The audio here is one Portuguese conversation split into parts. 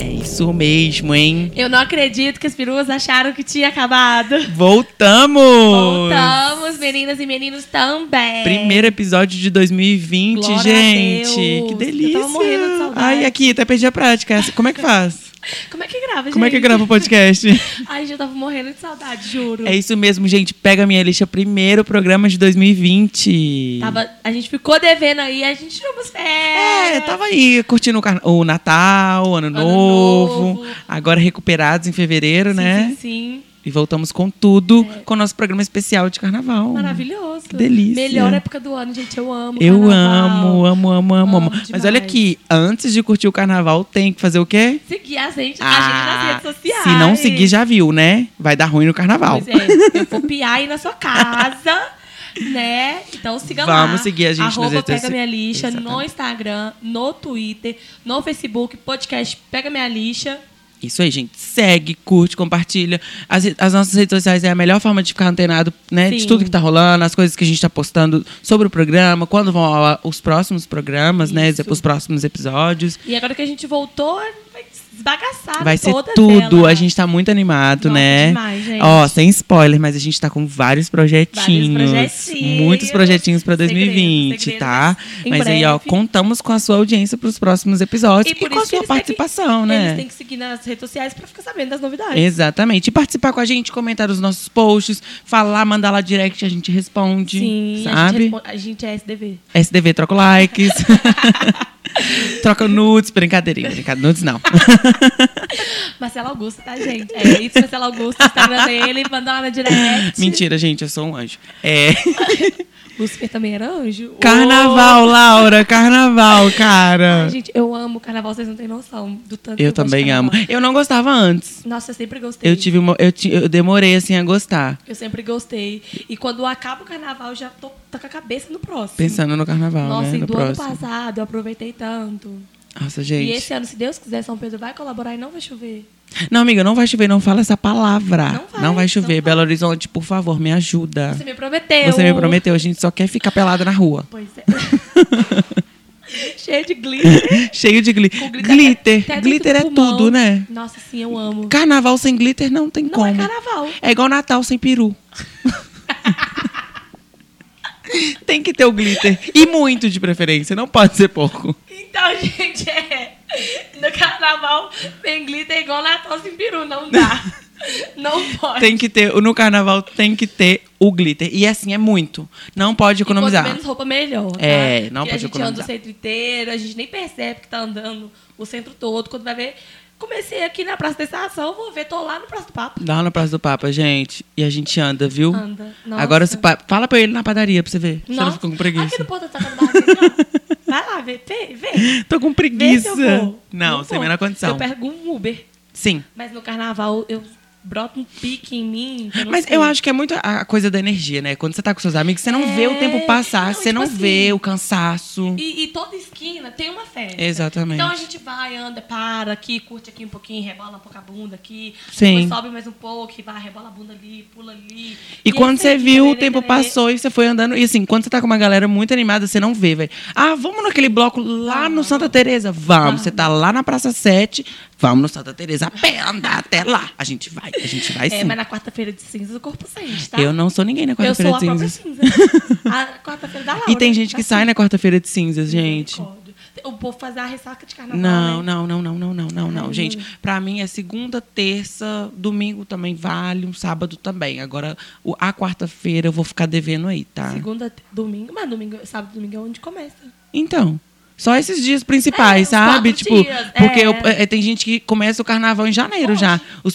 É isso mesmo, hein? Eu não acredito que as peruas acharam que tinha acabado. Voltamos! Voltamos, meninas e meninos também. Primeiro episódio de 2020, Glória a gente. Deus. Que Eu delícia. tava morrendo de saudade. Ai, aqui, até perdi a prática. Como é que faz? Como é que grava, gente? Como é que grava o podcast? Ai, gente, eu tava morrendo de saudade, juro. É isso mesmo, gente. Pega a minha lixa, primeiro programa de 2020. Tava, a gente ficou devendo aí, a gente tirou umas férias. É, tava aí curtindo o, carna- o Natal, o Ano, novo, Novo. Agora recuperados em fevereiro, sim, né? Sim, É. sim. E voltamos com tudo com o nosso programa especial de carnaval. Maravilhoso. Que delícia. Melhor época do ano, gente. Eu amo. Eu carnaval. amo, amo, amo, amo, amo. Amo Mas demais. olha aqui, antes de curtir o carnaval, tem que fazer o quê? Seguir a gente, Ah, a gente nas redes sociais. Se não seguir, já viu, né? Vai dar ruim no carnaval. Pois é, eu vou piar aí na sua casa, né? Então sigam lá. Vamos seguir a gente nas Arroba redes Pega sociais. Minha Lixa no Exatamente. Instagram, no Twitter, no Facebook, podcast Pega Minha Lixa. Isso aí, gente. Segue, curte, compartilha. As, re- as nossas redes sociais é a melhor forma de ficar antenado, né? De Sim. tudo que tá rolando, as coisas que a gente tá postando sobre o programa, quando vão ao ar os próximos programas, né? Isso. Os próximos episódios. E agora que a gente voltou, vai desbagaçar Vai ser todas tudo. elas. A gente tá muito animado, Nossa, né? demais, gente. Ó, sem spoiler, mas a gente tá com vários projetinhos. projetinhos. Muitos projetinhos pra Segredo, 2020, segredo, tá? em Mas aí, ó, breve. contamos com a sua audiência pros próximos episódios e, por com a isso que sua eles têm que- participação, né? Eles têm que seguir nas redes sociais pra ficar sabendo das novidades. Exatamente. E participar com a gente, comentar os nossos posts, falar, mandar lá direct, a gente responde. Sim, a gente, sabe? responde- a gente é SDV. SDV troca likes. troca nudes, brincadeirinha. Brincadeira, nudes não. Marcelo Augusto, tá, gente? É isso, Marcelo Augusto, Instagram dele, manda lá na direct. Mentira, gente, eu sou um anjo. É. Lúcifer também era anjo. Carnaval, Laura, carnaval, Oh. Ai, cara. gente, eu amo carnaval, vocês não têm noção do tanto que Eu gosto de também amo. carnaval. Eu não gostava antes. Nossa, eu sempre gostei. Eu tive uma, eu, ti- eu demorei assim a gostar, Eu sempre gostei. E quando acaba o carnaval, eu já tô, tô com a cabeça no próximo. pensando no carnaval, Nossa, né, e no do próximo. ano passado eu aproveitei tanto. Nossa, E gente. esse ano, se Deus quiser, São Pedro vai colaborar e não vai chover. Não, amiga, não vai chover, não fala essa palavra. Não vai, chover. não vai. Belo Horizonte, por favor, me ajuda. Você me prometeu. Ah. Você me prometeu, a gente só quer ficar pelada na rua. Pois é. Cheio de glitter. Cheio de gli Com glitter. até- até glitter é dentro do pulmão. tudo, né? Nossa, sim, eu amo. Carnaval sem glitter não tem Não como. é carnaval. É igual Natal sem peru. tem que ter o glitter. E muito de preferência, não pode ser pouco. Então, gente, é. No carnaval tem glitter igual Natal sem peru, não dá. Não pode. Tem que ter, no carnaval tem que ter o glitter. E assim, é muito. Não pode E quanto economizar. menos roupa, melhor. tá? É, não Porque pode A gente anda economizar. o centro inteiro, a gente nem percebe que tá andando o centro todo. Quando vai ver, comecei aqui na Praça da Estação, vou ver, tô lá no Praça do Papo. Dá na Praça do Papa, gente. E a gente anda, viu? Anda. Nossa. Agora você pa- fala pra ele na padaria pra você ver. Você não Nossa, ficou com Aqui preguiça. no ponto da Toca do Barraquinho, não. Vai lá, vê, vê, vê. Tô com Vê se preguiça. eu vou. Não, sem a vou. menor condição. Eu pego um Uber. Sim. Mas no carnaval eu broto um pique em mim. que não Mas sei. eu acho que é muito a a coisa da energia, né? Quando você tá com seus amigos, você não É. vê o tempo passar, Não, você tipo não assim, vê o cansaço. E, e toda esquina tem uma festa. Exatamente. Então a gente vai, anda, para aqui, curte aqui um pouquinho, rebola um pouco a bunda aqui. Sim. Depois sobe mais um pouco, e vai, rebola a bunda ali, pula ali. E quando aí você fica, viu, né, o né, tempo né, né, né. passou e você foi andando. E assim, quando você tá com uma galera muito animada, você não vê, velho. Ah, vamos naquele bloco lá no Santa Teresa. Vamos, você tá lá na Praça 7, vamos no Santa Teresa a pé, andar até lá. A gente vai, a gente vai sim. É, mas na quarta-feira de cinzas o corpo sente, tá? Eu não sou ninguém na Eu quarta-feira sou de a própria cinzas. cinza. A quarta-feira da Laura. E tem gente que tá? sai na quarta-feira de cinzas, gente. Misericórdia. O povo faz a ressaca de carnaval. Não, né? não, não, não, não, não, não, não. Gente, pra mim é segunda, terça, domingo também vale, um sábado também. Agora, o- a quarta-feira eu vou ficar devendo aí, tá? Segunda, te- domingo. Mas domingo, sábado e domingo é onde começa. Então. Só esses dias principais, É, os sabe? quatro Tipo, dias, porque é. eu- é, tem gente que começa o carnaval em janeiro já. Os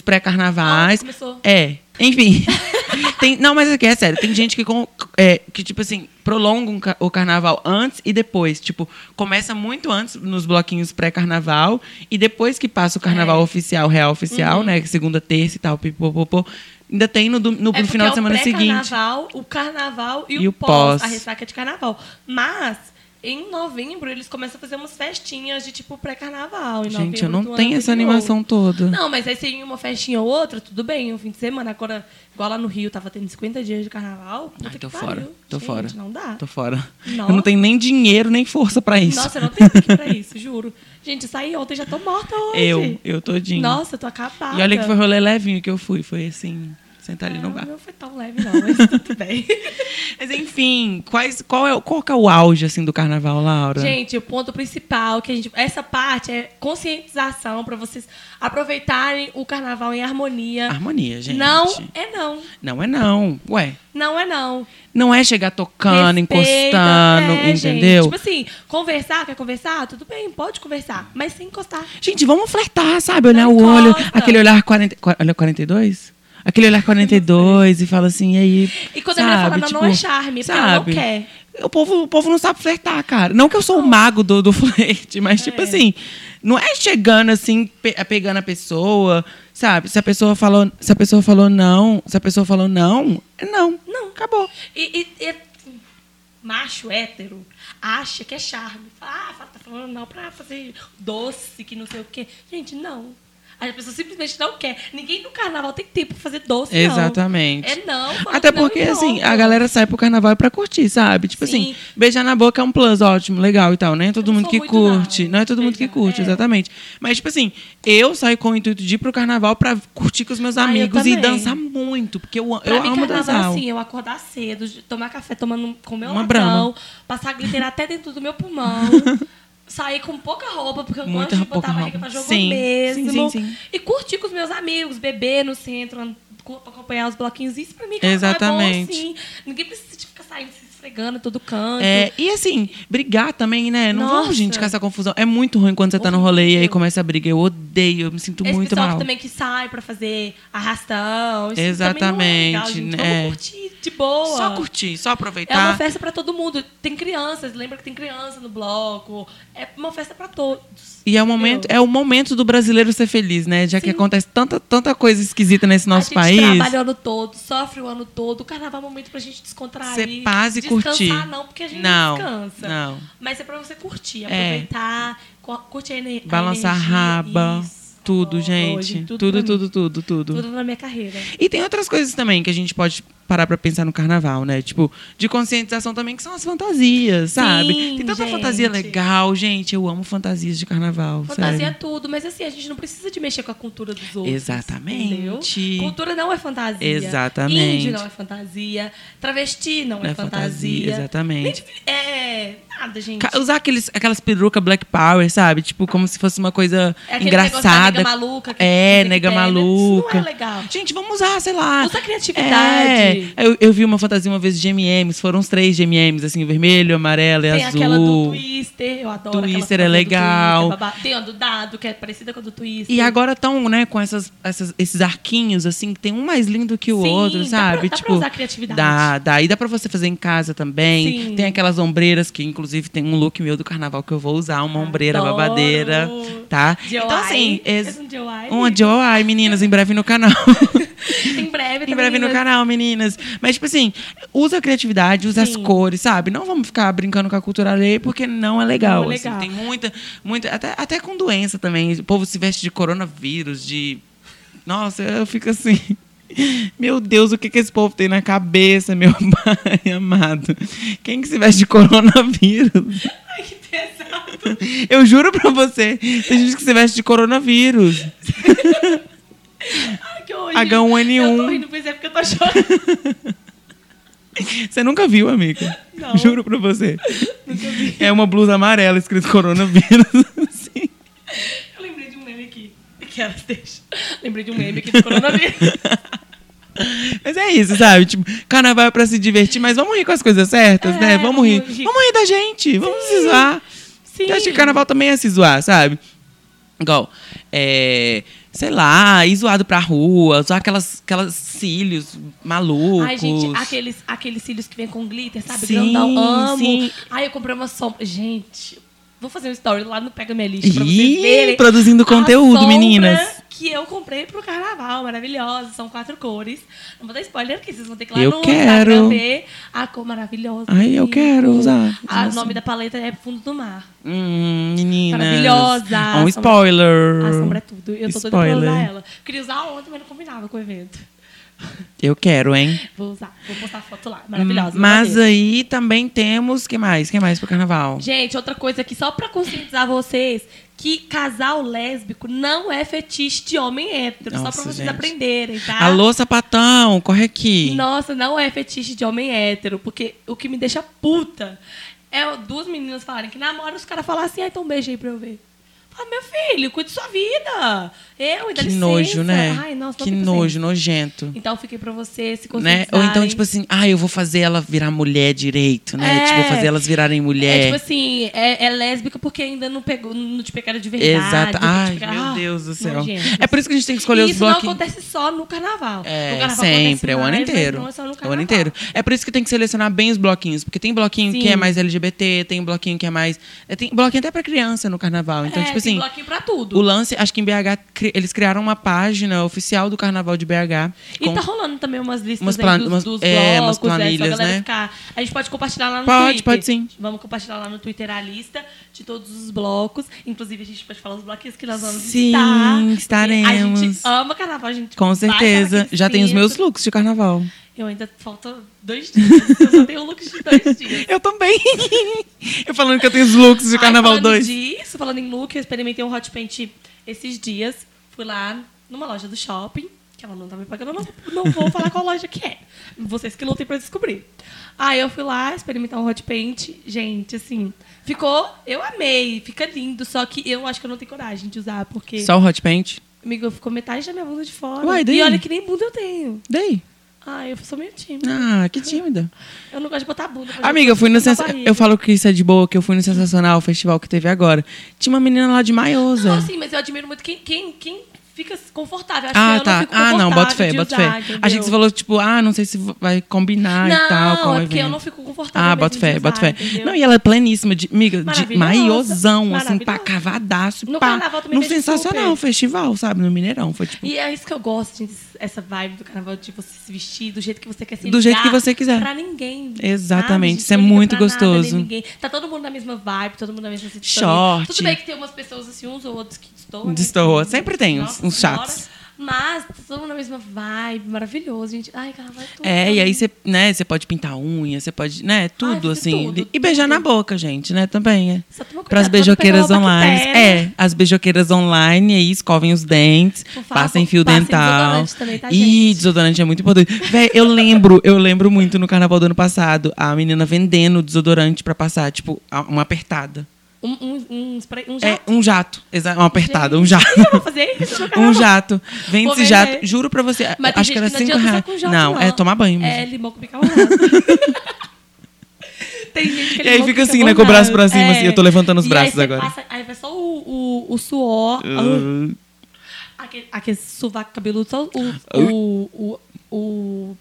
Ah, pré-carnavais. começou. é. Enfim. Tem- não, mas aqui é sério. Tem gente que, com- é, que tipo assim, prolonga um ca- o carnaval antes e depois. Tipo, começa muito antes nos bloquinhos pré-carnaval. E depois que passa o É. carnaval oficial, real oficial, Uhum. né? Segunda, terça e tal, pipopopô. Ainda tem no, dom- no- É no final porque é de semana o seguinte. pré-carnaval, o carnaval e, E o o pós, pós. a ressaca de carnaval. Mas Em novembro, eles começam a fazer umas festinhas de tipo pré-carnaval. em Gente, novembro eu do não ano tenho essa anterior. animação toda. Não, mas aí se em uma festinha ou outra, tudo bem, um fim de semana. Agora, igual lá no Rio, tava tendo 50 dias de carnaval. puta Ai, que tô pariu. fora. Tô Gente, fora. Não dá. Tô fora. Não. Eu não tenho nem dinheiro, nem força pra isso. Nossa, eu não tenho tempo pra isso, juro. Gente, saí ontem, já tô morta hoje. eu, eu todinho. Nossa, eu tô acabada. E olha que foi rolê levinho que eu fui. Foi assim, sentar ali Ah, no O bar. meu foi tão leve, não, Ah, mas tudo bem. Mas enfim, quais, qual, é, o- qual que é o auge assim, do carnaval, Laura? Gente, o ponto principal que a gente. Essa parte é conscientização pra vocês aproveitarem o carnaval em harmonia. Harmonia, Ah, gente. Não é não. Não é não. Ué, Não é não. não é chegar tocando, Respeita, encostando, é, gente. entendeu? Tipo assim, conversar, quer conversar? Tudo bem, pode conversar, mas sem encostar. Gente, vamos flertar, sabe? Olhar o Não olho, encosta. aquele olhar 40, qua- olha 42? Aquele olhar 42 e fala assim, e aí. tipo, E quando a mulher fala, não, não é charme, porque ela não quer. O povo, o povo não sabe flertar, cara. Não que eu sou o mago do, do flerte, É. mas, tipo assim, não é chegando assim, pe- pegando a pessoa, sabe? Se a pessoa falou, se a pessoa falou não, se a pessoa falou não, é não. Não. Acabou. E, e- e- macho hétero acha que é charme. Fala, ah, fala- tá falando não pra fazer doce, que não sei o quê. Gente, não. Aí A pessoa simplesmente não quer. Ninguém no carnaval tem tempo pra fazer doce, não. Exatamente. É não. fala Até não e porque, assim, pronto. a galera sai pro carnaval pra curtir, sabe? Tipo Sim. assim, beijar na boca é um plus ótimo, legal e tal. Não é Eu todo não mundo sou que muito curte. não, Não é todo mundo que beijar, curte, é. exatamente. Mas, tipo assim, eu saio com o intuito de ir pro carnaval pra curtir com os meus Ah, eu amigos e também. dançar muito, porque eu, Pra eu mim, amo carnaval dançar. é assim, eu acordar cedo, de- tomar café, tomando, comer um Uma latão, brama. passar glitter até dentro do meu pulmão, sair com pouca roupa, porque eu Muita gosto de botar pouca a barriga pra roupa. jogo Sim, mesmo. sim, sim, sim. E curtir com os meus amigos, beber no centro, and- co- acompanhar os bloquinhos. Isso pra mim é bom, Exatamente. assim. Ninguém precisa de ficar saindo, se esfregando em todo canto. É, e assim, brigar também, né? Não Nossa. vamos, gente, com essa confusão. É muito ruim quando você tá no rolê e aí começa a briga. Eu odeio, eu me sinto Esse muito pessoal mal. também que sai pra fazer arrastão. Isso também Não é legal, Exatamente, gente. né? Vamos curtir de boa. Só curtir, É só uma aproveitar. festa pra todo mundo. Tem crianças, lembra que tem criança no bloco. É uma festa pra todos. E é o momento, é o momento do brasileiro ser feliz, né? Já Sim. que acontece tanta, tanta coisa esquisita A nesse é nosso gente país. trabalha o ano todo, sofre o ano todo. O carnaval é um momento pra gente descontrair. Ser paz e descansar, curtir. não, porque a gente Não, descansa. não. Mas é pra você curtir, É. aproveitar, co- curtir a energia. Balançar a raba, tudo, gente. Tudo, tudo, tudo, tudo, Tudo na minha carreira. E tem outras coisas também que a gente pode parar pra pensar no carnaval, né? Tipo, de conscientização também, que são as fantasias, sabe? tem tanta gente. fantasia legal, gente. Eu amo fantasias de carnaval. Fantasia é sério. tudo, mas assim, a gente não precisa de mexer com a cultura dos outros. Exatamente. entendeu? Cultura não é fantasia. Exatamente. Índio não é fantasia. Travesti não, é, Não é fantasia, fantasia. exatamente. Nem de- É. Nada, gente. Ca- Usar aqueles, aquelas perucas Black Power, sabe? Tipo, como se fosse uma coisa É aquele negócio da engraçada. nega maluca que é, dizem que nega tem, né? maluca. Isso não é legal. Gente, vamos usar, sei lá. Usa a criatividade. É. Eu, eu vi uma fantasia uma vez de MMs. Foram uns três de MMs, assim, vermelho, amarelo e Tem azul. aquela do Twister, eu adoro. aquela Twister é fantasia do legal. Twister, babá. Tem a do dado, que é parecida com a do Twister. E agora estão, né, com essas, essas- esses arquinhos, assim, que tem um mais lindo que o Sim, outro, dá sabe? pra- Tipo, dá pra usar a criatividade. Dá, dá. E dá pra você fazer em casa também. Sim. Tem aquelas ombreiras, que inclusive tem um look meu do carnaval que eu vou usar, uma ombreira Adoro. babadeira, tá? Joy. Então, assim, Faz um Joy. uma Joy, meninas, em breve no canal. Em breve Em breve no canal. canal, meninas. Mas, tipo assim, usa a criatividade, usa as Sim. cores, sabe? Não vamos ficar brincando com a cultura alheia, porque não é legal. Não é assim. legal. Tem muita, muita. Até, até com doença também. O povo se veste de coronavírus, de. Nossa, eu fico assim. Meu Deus, o que, que esse povo tem na cabeça, meu pai amado? Quem que se veste de coronavírus? Ai, que pesado. Eu juro pra você, tem gente que se veste de coronavírus. Ai, que horror, H1N1. gente. Eu tô rindo, pois é, porque eu tô chorando. Você nunca viu, amigo? Não. Juro pra você. É uma blusa amarela escrito coronavírus. assim. Eu lembrei de um meme aqui. Que elas deixam. Lembrei de um meme aqui do coronavírus. Mas é isso, sabe? Tipo, carnaval é pra se divertir, mas vamos rir com as coisas certas, É, né? Vamos rir. vamos rir. Vamos rir da gente. Vamos se zoar. Sim. Eu acho que carnaval também é se zoar, sabe? Igual, é, sei lá, ir zoado pra rua, zoar aquelas, aquelas cílios malucos. Ai, gente, aqueles, aqueles cílios que vem com glitter, sabe? Sim, Grandão, amo. sim. Ai, eu comprei uma sombra. Gente, vou fazer um story lá no Pega Minha Lista pra vocês Ih, verem. produzindo a conteúdo, sombra meninas. que eu comprei pro carnaval, maravilhosa. São quatro cores. Não vou dar spoiler aqui, vocês vão ter que ir lá Eu no quero. Instagram ver A cor maravilhosa. Ai, eu lindo. quero usar. O Nossa. nome da paleta é Fundo do Mar. Hum, meninas. Maravilhosa. Ó, Um spoiler. A sombra é tudo. Eu tô doida Spoiler. pra usar ela. Queria usar ontem, mas não combinava com o evento. Eu quero, hein? Vou usar. Vou postar a foto lá. Maravilhosa. Hum, Mas eh, verdadeira. aí também temos. que mais? que mais pro carnaval? Gente, outra coisa aqui, só pra conscientizar vocês, que casal lésbico não é fetiche de homem hétero. só Nossa, pra vocês gente. aprenderem, tá? Alô, sapatão, corre aqui. Nossa, não é fetiche de homem hétero, porque o que me deixa puta é duas meninas falarem que namoram, os caras falam assim, ah, então beija aí pra eu ver. Fala, meu filho, cuide sua vida. Eu, e dá que licença. nojo, né? Ai, nossa, não que tem nojo, paciência. nojento. Então fiquei pra você se Né? conscientizarem. Ou então, tipo assim, ah, eu vou fazer ela virar mulher direito, né? É. Tipo, fazer elas virarem mulher. É tipo assim, é, é lésbica porque ainda não, pegou, não te pegaram de assim, verdade. Exato. não te Ai, pegaram- meu Ah, Deus do céu. nojento. É por isso que a gente tem que escolher E os isso não bloquinhos. acontece só no carnaval. É, no carnaval acontece sempre, é o ano mais, mas inteiro. não é só no É o carnaval. ano inteiro. É por isso que tem que selecionar bem os bloquinhos, porque tem bloquinho que Sim. é mais LGBT, tem bloquinho que é mais. é, Tem bloquinho até pra criança no carnaval. Então, é, tipo tem assim, bloquinho pra tudo. o lance, acho que em BH cri- eles criaram uma página oficial do carnaval de BH. E com- tá rolando também umas listas Umas aí plan- dos, umas- dos blocos, é, umas só a galera planilhas, né? ficar- A gente pode compartilhar lá no Pode, Twitter. pode sim. Vamos compartilhar lá no Twitter a lista de todos os blocos. Inclusive, a gente pode falar os bloquinhos que nós vamos Sim, visitar. porque estaremos. A gente ama carnaval, a gente Com vai certeza. naquele Já tem os centro. meus looks de carnaval. Eu ainda falta dois dias. Eu só tenho look de dois dias. Eu também. eu falando que eu tenho os looks de Ai, carnaval falando 2. Disso, falando em look, eu experimentei um hot paint esses dias. Fui lá numa loja do shopping, que ela não tá me pagando, eu não, não vou falar qual loja que é. Vocês que lutem pra descobrir. Aí eu fui lá experimentar um hot paint. Gente, assim, ficou. Eu amei, fica lindo, só que eu acho que eu não tenho coragem de usar, porque. Só o hot paint? Amigo, ficou metade da minha bunda de fora. Uai, daí? e olha que nem bunda eu tenho. Dei. Ai, eu sou meio tímida. Ah, que tímida. Eu não gosto de botar bunda. pra Amiga, eu fui no gente, sens... botar barriga. Eu falo que isso é de boa, que eu fui no Sensacional, o festival que teve agora. Tinha uma menina lá de Maiosa. Não, sim, Assim, mas eu admiro muito quem, quem, quem fica confortável. Acho ah, que eu não tá. fico Ah, confortável não, bota fé, de bota fé. usar, entendeu? Achei que você falou, tipo, ah, não sei se vai combinar não, e tal. com o é porque eu evento. não fico confortável. Ah, mesmo bota de fé, usar, bota fé. entendeu? Não, e ela é pleníssima, de, amiga, de Maravilhosa, maiozão, assim, pá, maravilhosa. cavadaço, No pá. carnaval também No vejo sensacional, super. festival, sabe? No Mineirão. Foi tipo. E é isso que eu gosto, gente, essa vibe do carnaval, de você se vestir do jeito que você quer se Do ligar, jeito que você quiser. Pra ninguém. sabe? Exatamente, isso é Ninguém liga muito pra nada, gostoso. nem ninguém. Tá todo mundo na mesma vibe, todo mundo na mesma sintonia. Short. Tudo bem que tem umas pessoas assim, uns ou outros que destoam. né? Destoam. Sempre tem uns- Nossa uns Senhora. chatos. Mas tá todo mundo na mesma vibe, maravilhoso, gente. Ai, carnaval é tudo. É, e aí você, né, você pode pintar unha, você pode, né, tudo fazer assim. tudo, e beijar tudo. na boca, gente, né, também. É. Só toma cuidado Para pra as não beijoqueiras pegar uma online. bactéria. É, as beijoqueiras online aí escovem os dentes, Por favor, passem fio passem dental. desodorante também, tá, Ih, gente? desodorante é muito importante. Véi, eu lembro, eu lembro muito no carnaval do ano passado, a menina vendendo desodorante pra passar, tipo, a- uma apertada. Um, um, um spray, um É, jato. um jato. Exa uma apertada, um jato. Eu vou fazer isso. no Um carnaval. jato. Vende Vou esse vender. jato. Juro pra você. Mas tem acho que era gente que 5 não adianta só reais. com jato, não, é tomar banho mesmo. É limão com bicarbonato. tem gente que é E aí limão fica com assim, né, com o braço pra bicarbonato. cima, assim, eu tô levantando os E braços aí você agora. passa- aí vai só o, o, o suor, ah, Uh, aquele, aquele sovaco cabeludo, só o, o, Uh. o, o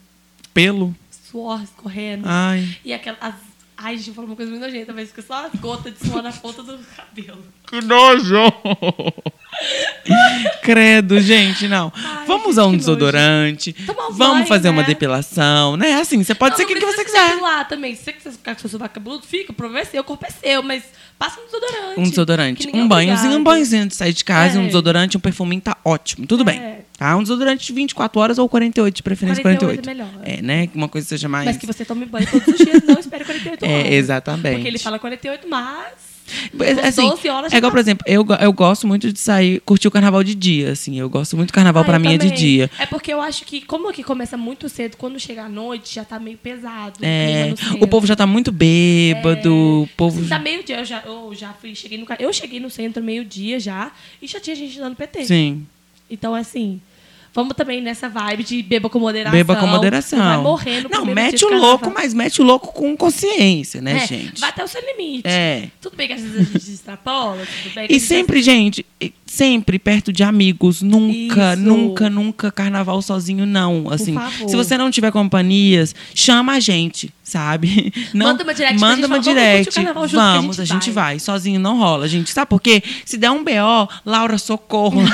pelo. suor escorrendo. Ai. E aquela... As, ai, gente, eu falo uma coisa muito nojenta, mas fica só as gotas de suor na ponta do cabelo. Que nojo! Credo, gente, não. Ai, Vamos gente, usar um que desodorante. Tomar um Vamos banho, fazer uma né? depilação, né? Assim, você pode Não, ser o não que que precisa você se quiser. depilar também. Se você quiser ficar com seu sovaco cabeludo, fica. O problema é seu, o corpo é seu. Mas passa um desodorante. Um que desodorante, ninguém é um banhozinho, obrigado. um banhozinho de sair de casa, É. um desodorante, um perfuminho, tá ótimo, tudo bem. É. Tá? Um desodorante de 24 horas ou 48, de preferência 48. 48 é melhor. É, né? Que Uma coisa seja mais... Mas que você tome banho todos os dias, não espere 48 É, horas. exatamente. Porque ele fala 48, mas... É, umas assim, 12 horas é já tá- igual, por exemplo, eu, go- eu gosto muito de sair, curtir o carnaval de dia, assim. Eu gosto muito do carnaval Ah, pra eu mim é de também. dia. É porque eu acho que, como aqui começa muito cedo, quando chega a noite, já tá meio pesado. clima É, no centro. o povo já tá muito bêbado, o povo. Tá meio dia, eu já, eu já fui, cheguei no... ca- Eu cheguei no centro meio dia já, e já tinha gente dando PT. Sim. Então, assim, vamos também nessa vibe de beba com moderação. Beba com moderação. Não vai morrer no Não, primeiro mete dia o de louco, carnaval. mas mete o louco com consciência, né, É, gente? Vai até o seu limite. É. Tudo bem que às vezes a gente extrapola, tudo bem que a E gente sempre, gente, e sempre perto de amigos. Nunca, Isso. nunca, nunca carnaval sozinho, não. Assim, favor. se você não tiver companhias, chama a gente, sabe? Não, Manda uma direct pra Manda gente falar, uma "Vamos curtir o direct. carnaval junto que a Vamos, gente a gente vai." vai. Sozinho não rola, gente. Sabe por quê? Se der um BO, Laura, socorro.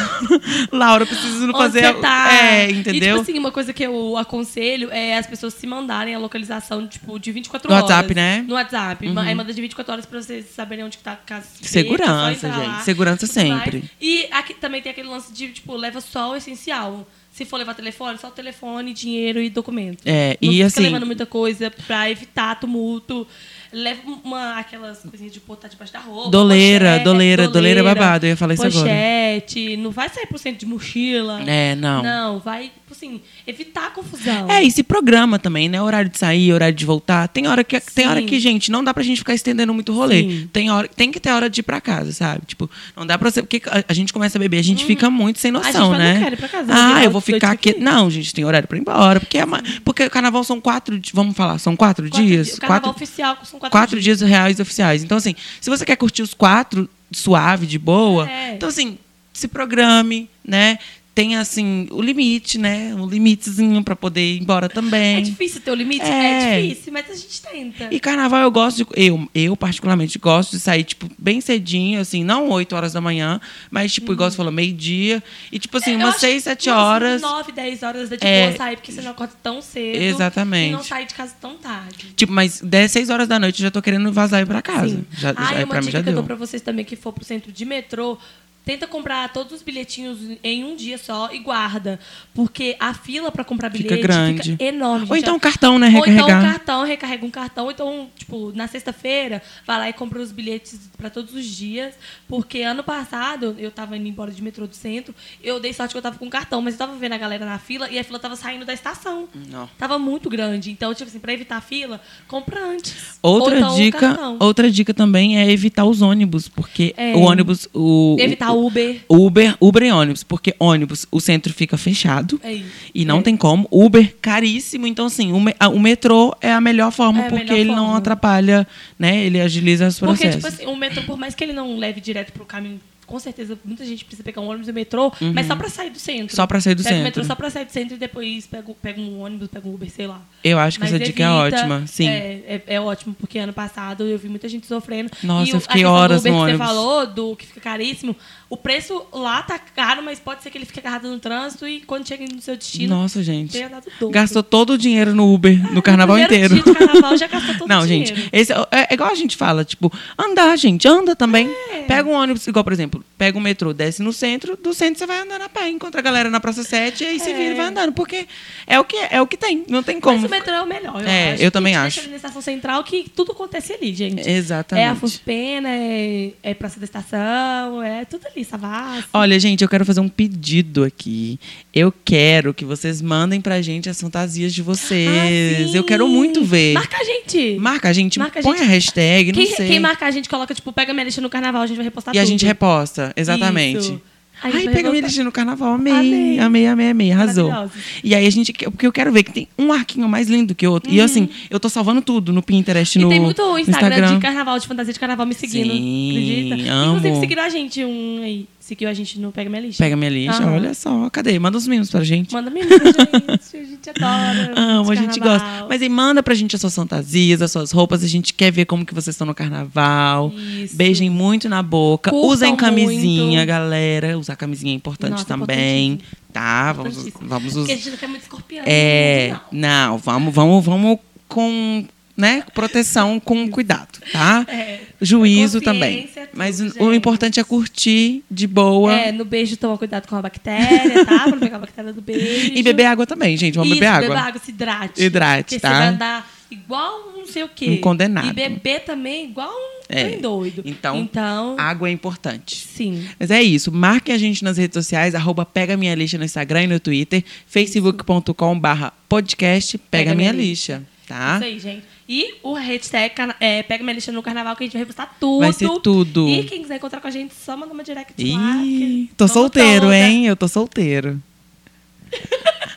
Laura, preciso Onde fazer. você tá? É, E, entendeu? tipo assim, uma coisa que eu aconselho é as pessoas se mandarem a localização, tipo, de 24 No horas. WhatsApp, né? No WhatsApp. Aí manda de 24 horas pra vocês saberem onde que tá a casa. Segurança, só entrar gente. lá, Segurança tudo mais. sempre. E aqui também tem aquele lance de, tipo, leva só o essencial. Se for levar telefone, só o telefone, dinheiro e documento. É, Não e fica assim- levando muita coisa pra evitar tumulto. Leva uma, aquelas coisinhas de botar debaixo da roupa. Doleira, doleira, doleira é babado, eu ia falar isso agora. Pochete, não vai sair por cento de mochila. É, não. Não, vai, tipo assim, evitar a confusão. É, e se programa também, né? Horário de sair, horário de voltar. Tem hora que, tem Sim. hora que gente, não dá pra gente ficar estendendo muito o rolê. Sim. Tem, hora, tem que ter hora de ir pra casa, sabe? Tipo, não dá pra você. Porque a, a gente começa a beber, a gente fica muito sem Hum. noção, A gente fala, né? "Não quero ir pra casa, ah, eu eu vou fico ficar aqui." aqui. Não, gente, tem horário pra ir embora. Porque, é ma- porque carnaval são quatro. di- Vamos falar, são quatro, Quatro dias? O carnaval Quatro- oficial são quatro, quatro dias reais oficiais. Então, assim, se você quer curtir os quatro suave, de boa, É. então, assim, se programe, né? Tenha, assim, o limite, né? Um limitezinho pra poder ir embora também. É difícil né? ter o limite? É. É. difícil, mas a gente tenta. E carnaval eu gosto de. Eu, eu, particularmente, gosto de sair, tipo, bem cedinho, assim, não 8 horas da manhã, mas, tipo, igual você falou, meio-dia. E, tipo assim, Uhum. É, Eu umas acho 6, que 7 umas horas. nove dez horas é de É. boa sair, porque você não acorda tão cedo. Exatamente. E não sai de casa tão tarde. Tipo, mas 10, 6 horas da noite eu já tô querendo vazar e ir pra casa. Sim. Já, ah, já, e pra uma mim dica já que eu deu. dou pra vocês também que for pro centro de metrô. Tenta comprar todos os bilhetinhos em um dia só e guarda. Porque a fila pra comprar bilhete Fica grande. enorme. Ou gente. então cartão, né? Ou então um Recarregar. cartão, recarrega um cartão. Ou então, tipo, na sexta-feira, vai lá e compra os bilhetes pra todos os dias. Porque ano passado, eu tava indo embora de metrô do centro, eu dei sorte que eu tava com um cartão, mas eu tava vendo a galera na fila e a fila tava saindo da estação. Não. Tava muito grande. Então, tipo assim, pra evitar a fila, compra antes. Outra Ou então, um dica, cartão. outra dica também é evitar os ônibus, porque É. o ônibus, o Evitar o tá Uber. Uber, Uber e ônibus, porque ônibus, o centro fica fechado É isso. e não É. tem como. Uber caríssimo, então assim, o, me- a- o metrô é a melhor forma É a porque melhor ele não forma. atrapalha, né? Ele agiliza os Porque, processos. tipo assim, o metrô, por mais que ele não leve direto pro caminho, com certeza muita gente precisa pegar um ônibus e metrô, mas só pra sair do centro. Uhum. Só pra sair do pega centro. O metrô só pra sair do centro e depois pega, o- pega um ônibus, pega um Uber, sei lá. Eu acho que Mas essa dica é evita, ótima, sim. É, é, é ótimo, porque ano passado eu vi muita gente sofrendo. Nossa, e eu o- a fiquei questão do horas Uber no que ônibus. Você falou do que fica caríssimo. O preço lá tá caro, mas pode ser que ele fique agarrado no trânsito e quando chega no seu destino, Nossa, gente. tenha dado dobro. Gastou todo o dinheiro no Uber, no carnaval Ah, primeiro inteiro. dia de carnaval já gastou todo Não, o gente, dinheiro. esse é, é igual a gente fala, tipo, andar, gente, anda também. É. Pega um ônibus, igual, por exemplo, pega o metrô, desce no centro, do centro você vai andando a pé, encontra a galera na Praça 7, e aí você vira e vai andando, porque é o que, é o que tem, não tem como. Mas o metrô é o melhor, eu É, acho. eu que também te acho. Deixa ali na estação central que tudo acontece ali, gente. Exatamente. É a Fuspena, é, é Praça da Estação, é tudo ali, Savassi. Olha, gente, eu quero fazer um pedido aqui. Eu quero que vocês mandem pra gente as fantasias de vocês. eu quero muito ver. Ah, Marca a gente. Marca a gente, Marca a põe gente. a hashtag, não quem, sei. quem marca a gente coloca, tipo, pega minha lista no carnaval, a gente vai repostar E Tá tudo. a gente reposta, exatamente. Isso. Aí Ai, vai pega minha voltar. lista no carnaval, amei, amei, Amei. amei, amei, arrasou. Maravilhosos. E aí a gente, que- porque eu quero ver que tem um arquinho mais lindo que o outro. E assim, eu tô salvando tudo no Pinterest, no Uhum. e tem muito no Instagram, de carnaval, de fantasia de carnaval me seguindo. Sim, acredita? amo. Inclusive, seguiram a gente um aí. Seguiu a gente no Pega Minha Lista. Pega minha lista, Aham. olha só, cadê? Manda os mimos pra gente. Manda mesmo, gente. A gente adora. Amo, a esse gente carnaval. gosta. Mas aí manda pra gente as suas fantasias, as suas roupas. A gente quer ver como que vocês estão no carnaval. Isso. Beijem muito na boca. Curtam Usem camisinha, muito. galera. Usar camisinha é importante Nossa, também. Tá, vamos, Importantíssimo. vamos Porque usar. a gente não quer muito escorpião. né? É, não. não, vamos, vamos, vamos com, né, proteção, com cuidado, tá? É. Juízo Consciência, também. tudo, Mas o- o gente. importante é curtir de boa É, no beijo tomar cuidado com a bactéria, tá? Pra não pegar a bactéria do beijo. e beber água também, gente. Vamos Isso, beber água. beba água, se hidrate. Hidrate, Porque tá? você vai andar igual um não sei o quê. Um condenado. E beber também igual um É. trem doido. Então, então Água é importante. sim. Mas é isso. Marquem a gente nas redes sociais, arroba Pega Minha Lixa no Instagram e no Twitter, facebook.com barra podcast Pega, Minha Lixa, tá? Isso aí, gente. E o hashtag cana- é, Pega Minha Lista no Carnaval que a gente vai repostar tudo. Vai ser tudo. E quem quiser encontrar com a gente, só manda uma direct lá. Ih, que tô tamo solteiro, toda. hein? Eu tô solteiro.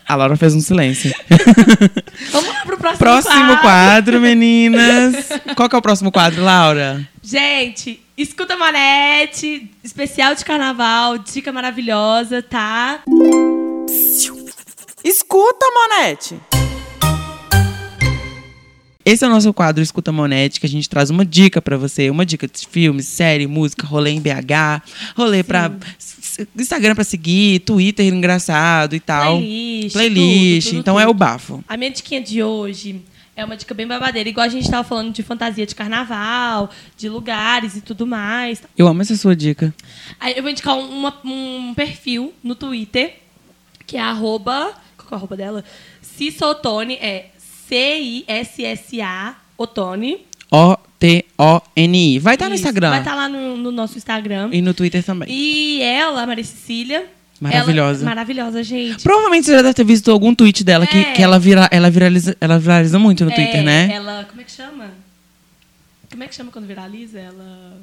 A Laura fez um silêncio. Vamos lá pro próximo, próximo quadro, meninas. Qual que é o próximo quadro, Laura? Gente, escuta Manete, especial de carnaval, dica maravilhosa, tá? Escuta, Monete! Esse é o nosso quadro Escuta Monete, que a gente traz uma dica pra você, uma dica de filmes, série, música, rolê em BH, rolê pra s- Instagram pra seguir, Twitter engraçado e tal. Playlist, Playlist, tudo, tudo, então é o bafo. A minha diquinha de hoje é uma dica bem babadeira, igual a gente tava falando de fantasia de carnaval, de lugares e tudo mais. Eu amo essa sua dica. Aí eu vou indicar um- uma- um perfil no Twitter, que é arroba. Qual que é o arroba dela? Cissotone, é C-I-S-S-A Otone. O-T-O-N-I. Vai estar Tá no Isso, Instagram Vai tá. estar lá no, no nosso Instagram. e no Twitter também. E ela, Maria Cecília. Maravilhosa. ela- maravilhosa, gente. Provavelmente você já deve ter visto algum tweet dela que, É. que ela, vira, ela, viraliza, ela viraliza muito no É, Twitter, né? Ela. Como é que chama? Como é que chama quando viraliza? Ela.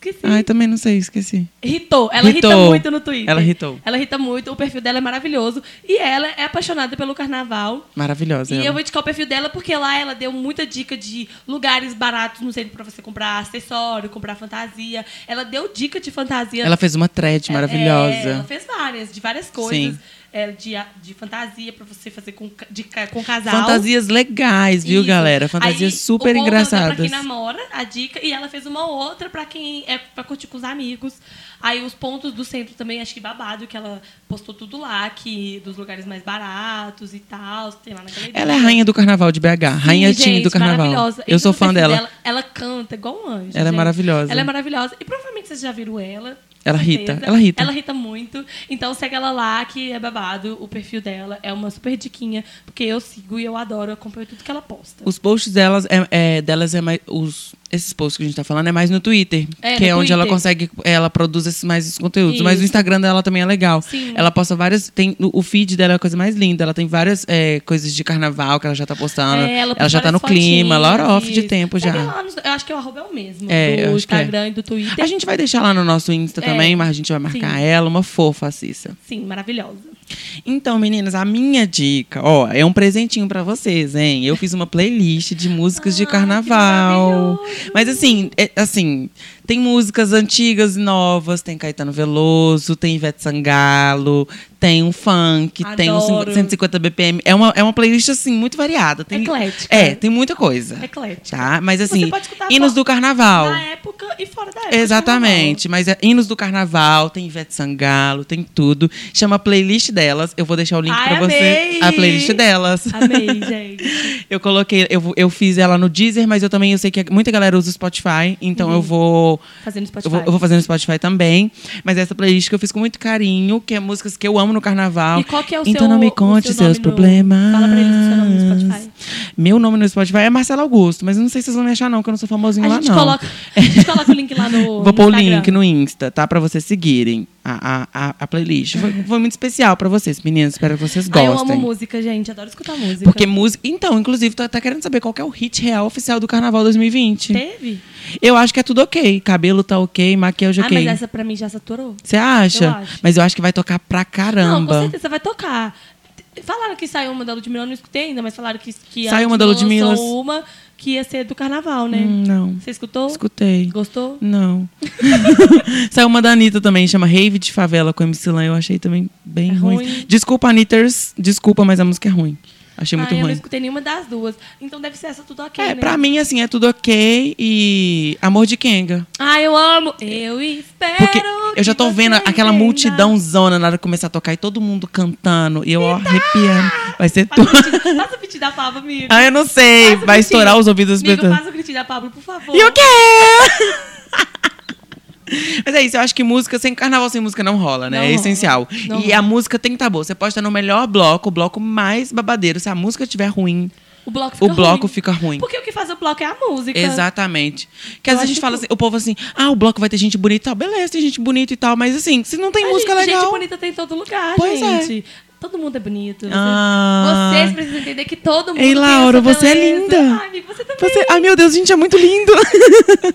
Esqueci. Ai, também não sei, esqueci. Irritou. Ela irrita Irritou. muito no Twitter. Ela irritou. Ela irrita muito. O perfil dela é maravilhoso. E ela é apaixonada pelo carnaval. Maravilhosa. E ela. eu vou indicar o perfil dela porque lá ela deu muita dica de lugares baratos no centro pra você comprar acessório, comprar fantasia. Ela deu dica de fantasia. Ela fez uma thread É, ela maravilhosa. fez várias, de várias coisas. Sim. É, de, a- de fantasia pra você fazer com, ca- de, ca- com casal. Fantasias legais, viu, Isso. galera? Fantasias Aí, super o bom dela Pra quem engraçadas. namora, a dica. E ela fez uma outra pra quem é pra curtir com os amigos. Aí os pontos do centro também, acho que babado, que ela postou tudo lá, que dos lugares mais baratos e tal, tem lá na galeria. Ela é a rainha do carnaval de BH, rainha Sim, teen do gente, carnaval. maravilhosa. Eu Entra sou no fã perfil dela. Ela canta igual um anjo. Ela é gente. maravilhosa. Ela é maravilhosa. E provavelmente vocês já viram ela. Ela com irrita, certeza. ela irrita. Ela irrita muito. Então segue ela lá, que é babado. O perfil dela é uma super diquinha, porque eu sigo e eu adoro, eu acompanho tudo que ela posta. Os posts delas é, é- delas é mais. Os, esses posts que a gente tá falando é mais no Twitter. É, que no é onde ela Twitter. consegue. Ela produz esses, mais esses conteúdos. Mas o Isso. Instagram dela também é legal. Sim. Ela posta várias. Tem, o feed dela é a coisa mais linda. Ela tem várias é, coisas de carnaval que ela já tá postando. É, ela posta já tá no várias clima. fotinhas, Ela off de isso. tempo Segue já. ela nos- eu acho que o arroba é o mesmo. É, eu do acho que é. Instagram e do Twitter. A gente vai deixar lá no nosso Insta É. também, mas a gente vai marcar Sim. ela, uma fofa, a Cissa. Sim, maravilhosa. Então, meninas, a minha dica, ó, é um presentinho pra vocês, hein? Eu fiz uma playlist de músicas de Ai, que carnaval. maravilhoso! Mas assim, é- assim, tem músicas antigas e novas, tem Caetano Veloso, tem Ivete Sangalo, tem um funk, tem um Adoro. 150 BPM. É uma, é uma playlist assim muito variada, tem Eclética. É, tem muita coisa. Eclética. Tá? Mas assim, Você pode escutar hinos só Ah, do carnaval. Na época e fora da época. de Exatamente, mas é hinos do carnaval, tem Ivete Sangalo, tem tudo. Chama a playlist delas. Eu vou deixar o link Ai, pra você. amei! A playlist delas. carnaval. Amei, gente. Eu coloquei, eu, vou- eu fiz ela no Deezer, mas eu também eu sei que muita galera usa o Spotify, então eu vou Fazendo eu Uhum. Spotify. vou, eu vou fazer no Spotify também. Mas essa playlist que eu fiz com muito carinho, que é músicas que eu amo no carnaval. E qual que é o então seu- não me o conte seu nome seus no- problemas. Fala pra eles o seu nome no Spotify. Meu nome no Spotify é Marcelo Augusto, mas eu não sei se vocês vão me achar, não, que eu não sou famosinho A lá, gente, não. coloca, a gente coloca o link lá no. Vou no pôr o Instagram. link no Insta, tá? Pra vocês seguirem a, a, a, a playlist. Foi, foi muito especial pra vocês, meninas. Espero que vocês Ah, gostem. eu amo música, gente. Adoro escutar música. Porque música. Então, inclusive, tá, tá querendo saber qual que é o hit real oficial do Carnaval 2020. teve? Eu acho que é tudo ok. Cabelo tá ok, maquiagem Ah, mas ok. essa pra mim já saturou. Você acha? Eu acho. Mas eu acho que vai tocar pra Não, com caramba. certeza vai tocar. Falaram que saiu uma da Ludmilla, eu não escutei ainda, mas falaram que, que a Saiu uma da Ludmilla. lançou uma que ia ser do carnaval, né? Hum, não. Você escutou? Escutei. Gostou? Não. Saiu uma da Anitta também, chama Rave de Favela com MC Lan. Eu achei também bem É ruim. ruim. Desculpa, Anitters. Desculpa, mas a música é ruim. Achei ah, muito eu não ruim. escutei nenhuma das duas. Então deve ser essa tudo ok, É, né? pra mim, assim, é tudo ok e amor de Kenga. Ah, eu amo. Eu espero Porque eu já que tô você vendo aquela entenda. multidão zona na hora de começar a tocar e todo mundo cantando e eu ó, arrepiando. Vai ser Faz tudo. o piti- Faz o piti da Pablo, amigo. Ah, eu não sei. Faz o Vai gritinho. estourar os ouvidos das Amigo, pessoas. faz o gritinho da Pablo, por favor. E o quê? Mas é isso, eu acho que música sem carnaval sem música não rola, né? Não é rola, essencial. não e a música tem que estar boa. Você pode estar no melhor bloco, o bloco mais babadeiro. Se a música estiver ruim, O bloco o fica bloco ruim. fica ruim. Porque o que faz o bloco é a música. Exatamente. Que às Eu vezes a acho gente fala que- assim, o povo assim, ah, o bloco vai ter gente bonita e tal. Beleza, tem gente bonita e tal, mas assim, se não tem A música gente, legal. Gente bonita tem em todo lugar, Pois é. gente. Todo mundo é bonito. Ah. Vocês precisam entender que todo mundo Ei, tem Laura, essa você é beleza. linda. Ai, amigo, você Você... Ai, meu Deus, gente, é muito lindo.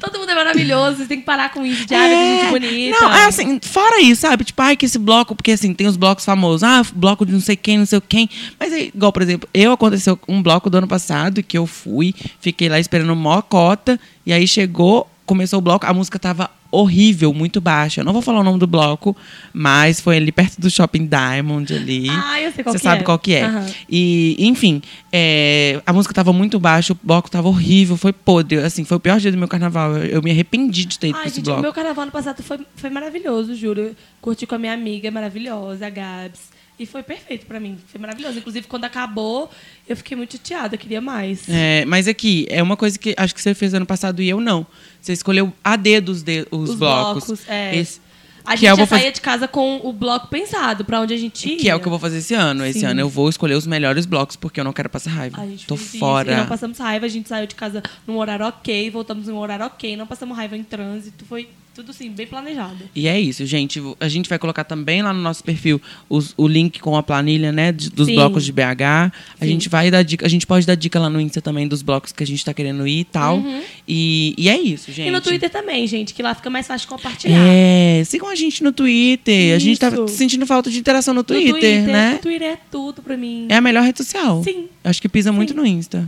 Todo mundo é maravilhoso, vocês têm que parar com isso, diário de gente bonita. Não, é assim, fora isso, sabe? Tipo, ai, que esse bloco, porque assim, tem os blocos famosos, ah, bloco de não sei quem, não sei quem. Mas é igual, por exemplo, eu aconteceu um bloco do ano passado que eu fui, fiquei lá esperando mó cota, e aí chegou, começou o bloco, a música tava horrível, muito baixa. Eu não vou falar o nome do bloco, mas foi ali perto do Shopping Diamond ali. Ah, eu sei qual Você que sabe é. qual que é. Aham. E, enfim, é, a música tava muito baixa, o bloco tava horrível, foi podre. Assim, foi o pior dia do meu carnaval. Eu, eu me arrependi de ter ido pra Ai, esse gente, bloco. o meu carnaval ano passado foi, foi maravilhoso, juro. Eu Curti com a minha amiga é maravilhosa, a Gabs. E foi perfeito pra mim. Foi maravilhoso. Inclusive, quando acabou, eu fiquei muito chateada, eu queria mais. É, mas aqui, é uma coisa que acho que você fez ano passado e eu não. Você escolheu a dedo os, de- os Os blocos. é. Esse- A que é, gente eu já vou fazer- saía de casa com o bloco pensado pra onde a gente ia. que é o que eu vou fazer esse ano. Esse Sim. ano eu vou escolher os melhores blocos, porque eu não quero passar raiva. A gente Tô fez isso, fora. e não passamos raiva, a gente saiu de casa num horário ok, voltamos num horário ok, não passamos raiva em trânsito, foi tudo assim, bem planejado. E é isso, gente. A gente vai colocar também lá no nosso perfil os- o link com a planilha, né? de- dos Sim. blocos de BH. A Sim. gente vai dar dica. A gente pode dar dica lá no Insta também dos blocos que a gente tá querendo ir e tal. E, e é isso, gente. Uhum. E no Twitter também, gente, que lá fica mais fácil compartilhar. É, sigam a gente no Twitter. A gente tá Isso. sentindo falta de interação no No Twitter, né? No Twitter é tudo pra mim. É a melhor rede social. Sim. Acho que pisa muito Sim. no Insta.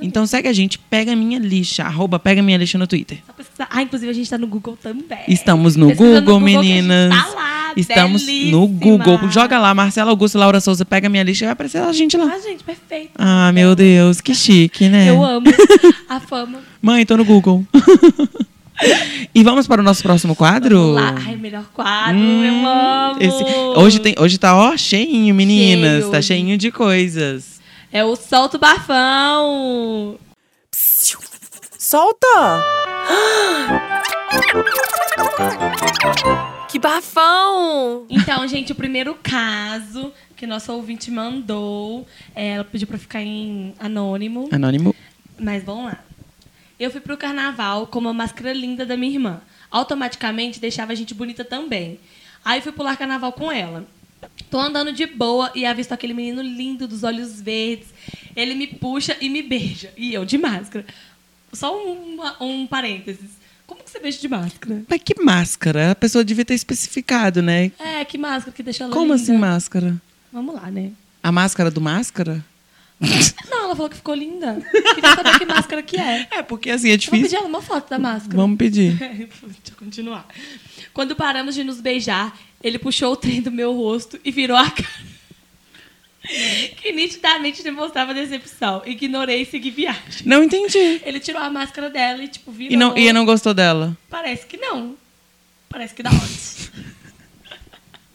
Então segue a gente, pega minha lixa, arroba pega minha lixa no Twitter. Só pesquisar. Ah, inclusive a gente tá no Google também. Estamos no Pesquisa Google, que a gente meninas. Tá lá, Estamos belíssima. no Google. Joga lá, Marcela Augusto, Laura Souza, pega minha lixa e vai aparecer a gente lá. Ah, gente, perfeito. Ah, meu Deus, que chique, né? Eu amo a fama. Mãe, tô no Google. e vamos para o nosso próximo Vamos quadro? lá. Ai, melhor quadro, eu amo. Hum, Esse- hoje, tem, hoje tá, ó, cheinho, meninas. Cheio. Tá cheinho de coisas. É o Solto Bafão. Solta! Que bafão! Então, gente, o primeiro caso que nossa ouvinte mandou, é, ela pediu pra ficar em anônimo, Anônimo. mas vamos lá. Eu fui pro carnaval com uma máscara linda da minha irmã. Automaticamente deixava a gente bonita também. Aí fui pular carnaval com ela. Tô andando de boa e avisto aquele menino lindo dos olhos verdes. Ele me puxa e me beija. E eu de máscara. Só um, um parênteses. Como que você beija de máscara? Mas que máscara? A pessoa devia ter especificado, né? É, que máscara que deixa ela Como linda. assim máscara? Vamos lá, né? A máscara do máscara? Não, ela falou que ficou linda. Queria saber que máscara que é. É, porque assim é Eu vou pedir difícil. ela uma foto da máscara. Vamos pedir. Deixa eu continuar. Quando paramos de nos beijar, ele puxou o trem do meu rosto e virou a cara. Que nitidamente demonstrava decepção. Ignorei e segui viagem. Não entendi. Ele tirou a máscara dela e, tipo, virou. E não, e não gostou dela. Parece que não. Parece que dá ódio.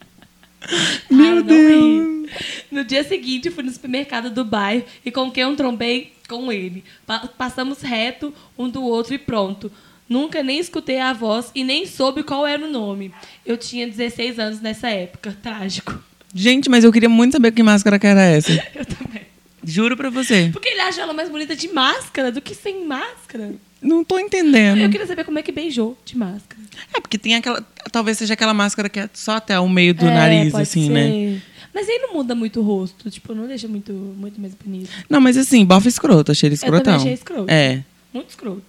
Meu eu não Deus. ri. No dia seguinte, fui no supermercado do bairro e com quem eu trombei com ele. Pa- passamos reto um do outro e pronto. Nunca nem escutei a voz e nem soube qual era o nome. Eu tinha 16 anos nessa época. Trágico. Gente, mas eu queria muito saber que máscara que era essa. Eu também. Juro pra você. Porque ele acha ela mais bonita de máscara do que sem máscara. Não tô Eu entendendo. queria saber como é que beijou de máscara. É, porque tem aquela. Talvez seja aquela máscara que é só até o meio do É, nariz, pode assim, ser. né? Mas aí não muda muito o rosto, tipo, não deixa muito, muito mais bonito. Não, mas assim, bofa escroto, achei ele também escrotão. achei escroto. É. Muito escroto.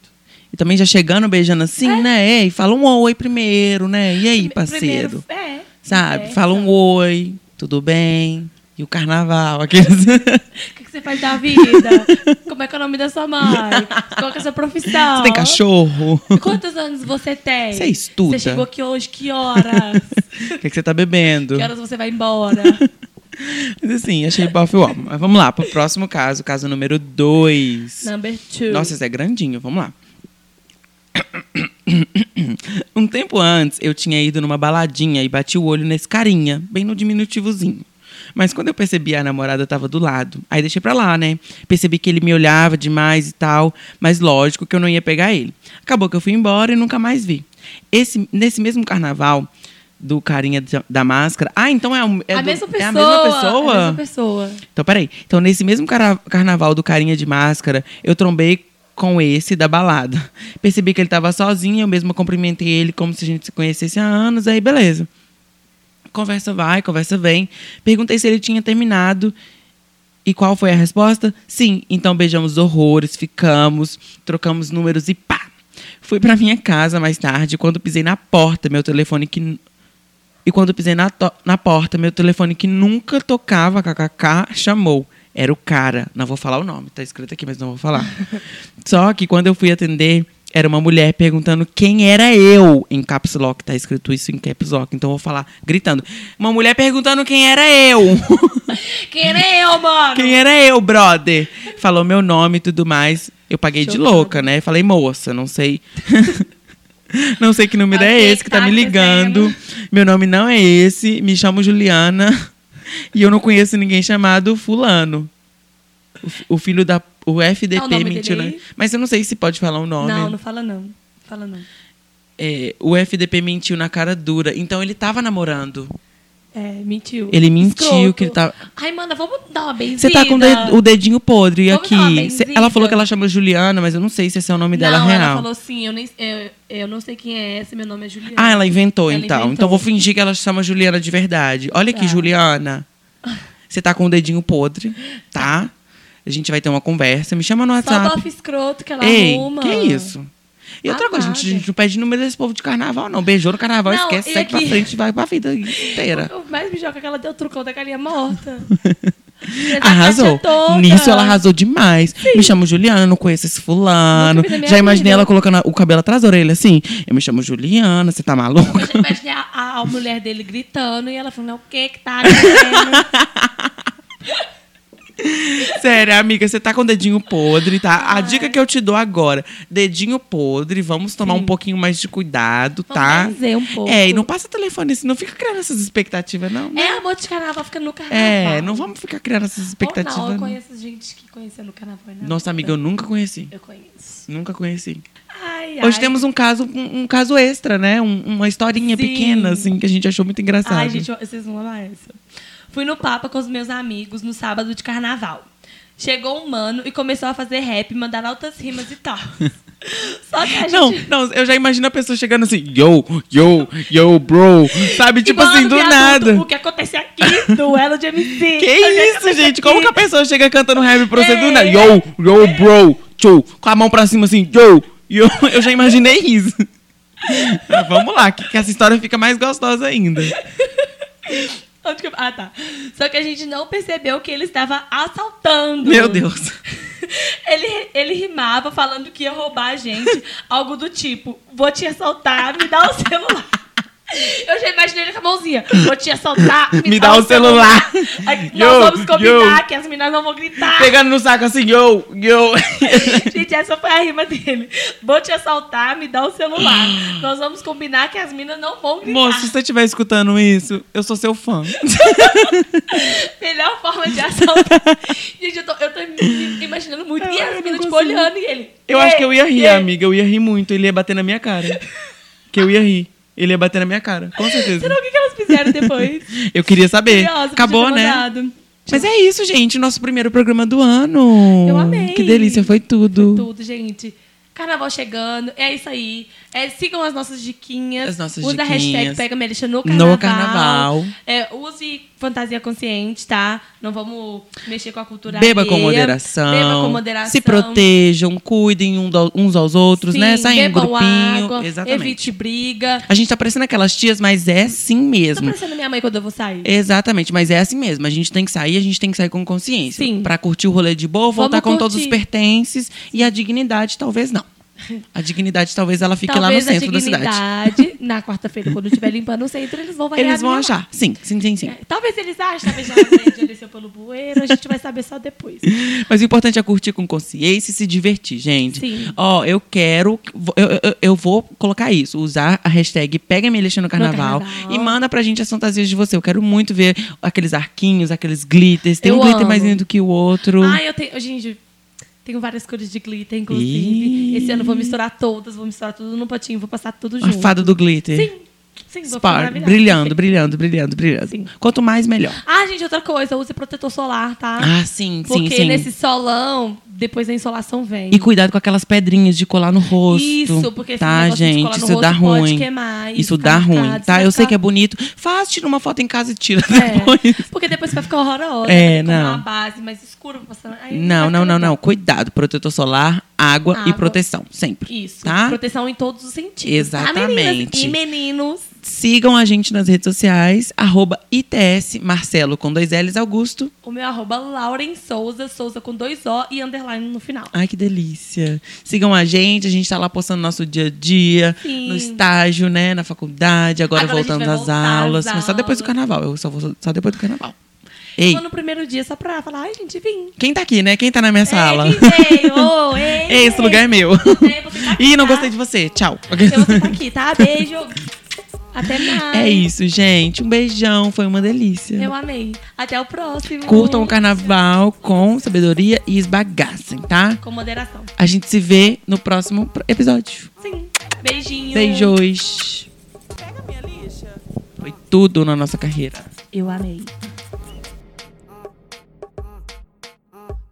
E também já chegando, beijando assim, né? Ei, fala um oi primeiro, né? E aí, Prime- parceiro? É. Primeiro, é. Sabe? é, fala um então. oi, tudo bem? E o carnaval, aqueles. O que, que você faz da vida? Como é que é o nome da sua mãe? Qual que é a sua profissão? Você tem cachorro? Quantos anos você tem? Você estuda? Você chegou aqui hoje, que horas? O que, que você tá bebendo? que horas você vai embora? Mas assim, achei bofe o homem. Mas vamos lá, pro próximo caso, caso número 2. Number two. Nossa, esse é grandinho, vamos lá. Um tempo antes, eu tinha ido numa baladinha e bati o olho nesse carinha, bem no diminutivozinho. Mas quando eu percebi, a namorada tava do lado. Aí deixei pra lá, né? Percebi que ele me olhava demais e tal, mas lógico que eu não ia pegar ele. Acabou que eu fui embora e nunca mais vi. Esse, nesse mesmo carnaval do carinha da- da máscara. Ah, então é, o- é a, do- mesma é pessoa, a mesma pessoa? A mesma pessoa. Então, peraí. Então, nesse mesmo cara- carnaval do Carinha de Máscara, eu trombei com esse da balada. Percebi que ele tava sozinho, eu mesma cumprimentei ele como se a gente se conhecesse há anos, aí beleza. Conversa vai, conversa vem. Perguntei se ele tinha terminado E qual foi a resposta? Sim. Então beijamos horrores, ficamos, trocamos números e pá. Fui pra minha casa mais tarde, quando pisei na porta, meu telefone que e quando pisei na, to- na porta, meu telefone que nunca tocava, kkk, chamou. Era o cara. Não vou falar o nome, tá escrito aqui, mas não vou falar. Só que quando eu fui atender, era uma mulher perguntando quem era eu em caps lock. Tá escrito isso em caps lock, então eu vou falar gritando. Uma mulher perguntando quem era eu. Quem era eu, mano? Quem é, era eu, brother? Falou meu nome e tudo mais. Eu paguei de Chocada. louca, né? Falei, moça, não sei. não sei que número é Ok, esse que tá, tá me ligando. Meu nome não é esse. Me chamo Juliana. E eu não conheço ninguém chamado Fulano. O, f- o filho da. O Ah, o FDP nome mentiu, dele né? aí? Mas eu não sei se pode falar o nome. Não, não fala não. Fala não. É, o FDP mentiu na cara dura. Então ele tava namorando. É, mentiu. Ele mentiu Escroto. que ele tava- Ai, mana, vamos dar uma benzida. Você tá com o ded- o dedinho podre Vamos dar uma aqui. Cê- Ela falou benzida. que ela chama Juliana, mas eu não sei se esse é o nome não, dela ela real. falou assim, eu, nem, eu, eu não sei quem é essa, meu nome é Juliana. Ah, ela inventou Ela então. inventou. Então vou fingir que ela chama Juliana de verdade. Olha aqui, Tá. Juliana. Você tá com o dedinho podre, tá? A gente vai ter uma conversa. Me chama no Só WhatsApp. bofe escroto que ela Ei, arruma. que isso? E outra coisa, a gente, a gente não pede número desse povo de carnaval, não. Beijou no carnaval, Não, esquece, e segue pra aqui? frente, vai pra vida inteira. O que mais me joga é que ela deu trucão da galinha morta. tá Arrasou. Toda. Nisso ela arrasou demais. Me chamo Juliana, não conheço esse fulano. Nunca vi na minha Já imaginei vida. ela colocando o cabelo atrás da orelha assim. Eu me chamo Juliana, você tá maluca? Eu já imaginei a, a- a mulher dele gritando e ela falando, o que que tá acontecendo? Sério, amiga, você tá com o dedinho podre, tá? A dica que eu te dou agora: dedinho podre, vamos tomar um pouquinho mais de cuidado, Vamos tá? benzer um pouco. É, e não passa telefone assim, não fica criando essas expectativas, não. né? é, amor de carnaval, fica no carnaval. É, não vamos ficar criando essas expectativas. Ou não, eu não. conheço gente que conheceu no carnaval. Não. Nossa, amiga, eu nunca conheci. Eu conheço. Nunca conheci. Ai, Hoje ai. temos um caso, um, um caso extra, né? Um- uma historinha Sim. pequena, assim, que a gente achou muito engraçado. Ai, gente, eu- vocês vão amar essa. Fui no Papa com os meus amigos no sábado de carnaval. Chegou um mano e começou a fazer rap, mandar altas rimas e tal. Só que a gente. Não, não, eu já imagino a pessoa chegando assim, yo, yo, yo, bro. Sabe, tipo Igual assim, no do viaduto, nada. O que acontece aqui? Duelo de MC. Que O isso, acontece gente? aqui? Como que a pessoa chega cantando rap pra você do É. nada? Yo, yo, bro, tchou. Com a mão pra cima assim, yo, yo. Eu já imaginei isso. Ah, vamos lá, que, que essa história fica mais gostosa ainda. Onde que eu- Ah, tá. Só que a gente não percebeu que ele estava assaltando. Meu Deus. Ele, ele rimava falando que ia roubar a gente, algo do tipo: vou te assaltar, me dá o celular. Eu já imaginei ele com a mãozinha: vou te assaltar, me, Me dá o celular. Aqui Yo, nós vamos combinar yo. que as meninas não vão gritar. Pegando no saco assim, yo, yo. Gente, essa foi a rima dele. Vou te assaltar, me dá o celular. Nós vamos combinar que as minas não vão gritar. Moço, se você estiver escutando isso, eu sou seu fã. Melhor forma de assaltar. Gente, eu tô, eu tô me- me imaginando muito. E Eu as não minas, tipo, consigo. olhando e ele. Eu "Ei, acho que eu ia rir, ei". amiga. Eu ia rir muito. Ele ia bater na minha cara. Que eu ia rir. Ele ia bater na minha cara, com certeza. Será o que, que elas fizeram depois? Eu queria saber. Curiosa, podia Acabou, ter né? mandado. Mas é isso, gente. Nosso primeiro programa do ano. Eu amei. Que delícia, foi tudo. Tudo, gente. Carnaval chegando, é isso aí. É, sigam as nossas diquinhas. As nossas Usa a hashtag diquinhas. Pega Melissa no carnaval. No carnaval. É, use fantasia consciente, tá? Não vamos mexer com a cultura Beba com alheia. moderação. Beba com moderação. Se protejam, cuidem um do- uns aos outros, Sim, né? Saem em bebam grupinho. água, Exatamente. Evite briga. A gente tá parecendo aquelas tias, mas é assim Tô mesmo. Tá parecendo minha mãe quando eu vou sair. Exatamente, mas é assim mesmo. A gente tem que sair, a gente tem que sair com consciência. Sim. Pra curtir o rolê de boa, voltar com todos os curtir. pertences. E a dignidade, talvez não. A dignidade, talvez ela fique Talvez lá no centro a da cidade. dignidade, na quarta-feira, quando eu estiver limpando o centro, eles vão variar. É, Eles vão achar. Sim, sim, sim, sim. Talvez eles achem, talvez já ela desceu pelo bueiro, a gente vai saber só depois. Mas o importante é curtir com consciência e se divertir, gente. Sim. Ó, eu quero. Eu, eu, eu vou colocar isso, usar a hashtag Pega Minha Lixa no carnaval, No carnaval. e manda pra gente as fantasias de você. Eu quero muito ver aqueles arquinhos, aqueles glitters. Tem um Eu glitter amo. mais lindo que o outro. Ah, eu tenho. Gente, tenho várias cores de glitter, inclusive. Ih. Esse ano eu vou misturar todas, vou misturar tudo num potinho, vou passar tudo a junto. fada do glitter. Sim. Sim, vou ficar Spar. maravilhada. Brilhando, brilhando, brilhando, brilhando. Sim. Quanto mais, melhor. Ah, gente, outra coisa, use protetor solar, tá? Ah, sim, sim, Porque sim. nesse solão, depois a insolação vem. E cuidado com aquelas pedrinhas de colar no rosto. Isso, porque esse tá, negócio de gente, colar no isso dá rosto pode ruim. queimar e isso ficar dá ruim, marcado, tá? isso Eu vai sei que é ficar- bonito. Faz, tira uma foto em casa e tira É, depois. porque depois vai ficar horrorosa. vai É, ficar não. Uma base mais escura. Passando, aí Não, vai um não, ficar não, legal. não. Cuidado, protetor solar, água, e é Água. proteção, sempre. Isso. Tá? Proteção em todos os sentidos. Tá, meninas Exatamente. e meninos. Sigam a gente nas redes sociais, arroba ITS Marcelo com dois L's Augusto. O meu arroba Lauren Souza, Souza com dois O e underline no final. Ai, que delícia. Sigam a gente, a gente tá lá postando nosso dia a dia, Sim. no estágio, né, na faculdade, agora, Agora a gente voltando vai às voltar às aulas. Mas só depois do aulas. carnaval, eu só vou só depois do carnaval. Ei, Só no primeiro dia, só pra falar, ai, gente, vim. quem tá aqui, né? Quem tá na minha sala? Ei, É, quem veio? Ô, ei, Ei, esse lugar é meu. Ei, você tá aqui, Ih, não tá? gostei de você. Tchau. Eu vou estar aqui, tá? Beijo. Até mais. É isso, gente. Um beijão, foi uma delícia. Eu amei. Até o próximo. Curtam o carnaval com sabedoria e esbagassem, tá? Com moderação. A gente se vê no próximo pr- episódio. Sim. Beijinho. Beijos. Foi tudo na nossa carreira. Eu amei.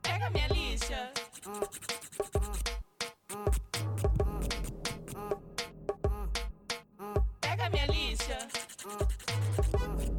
Pega minha lixa. Pega minha lixa.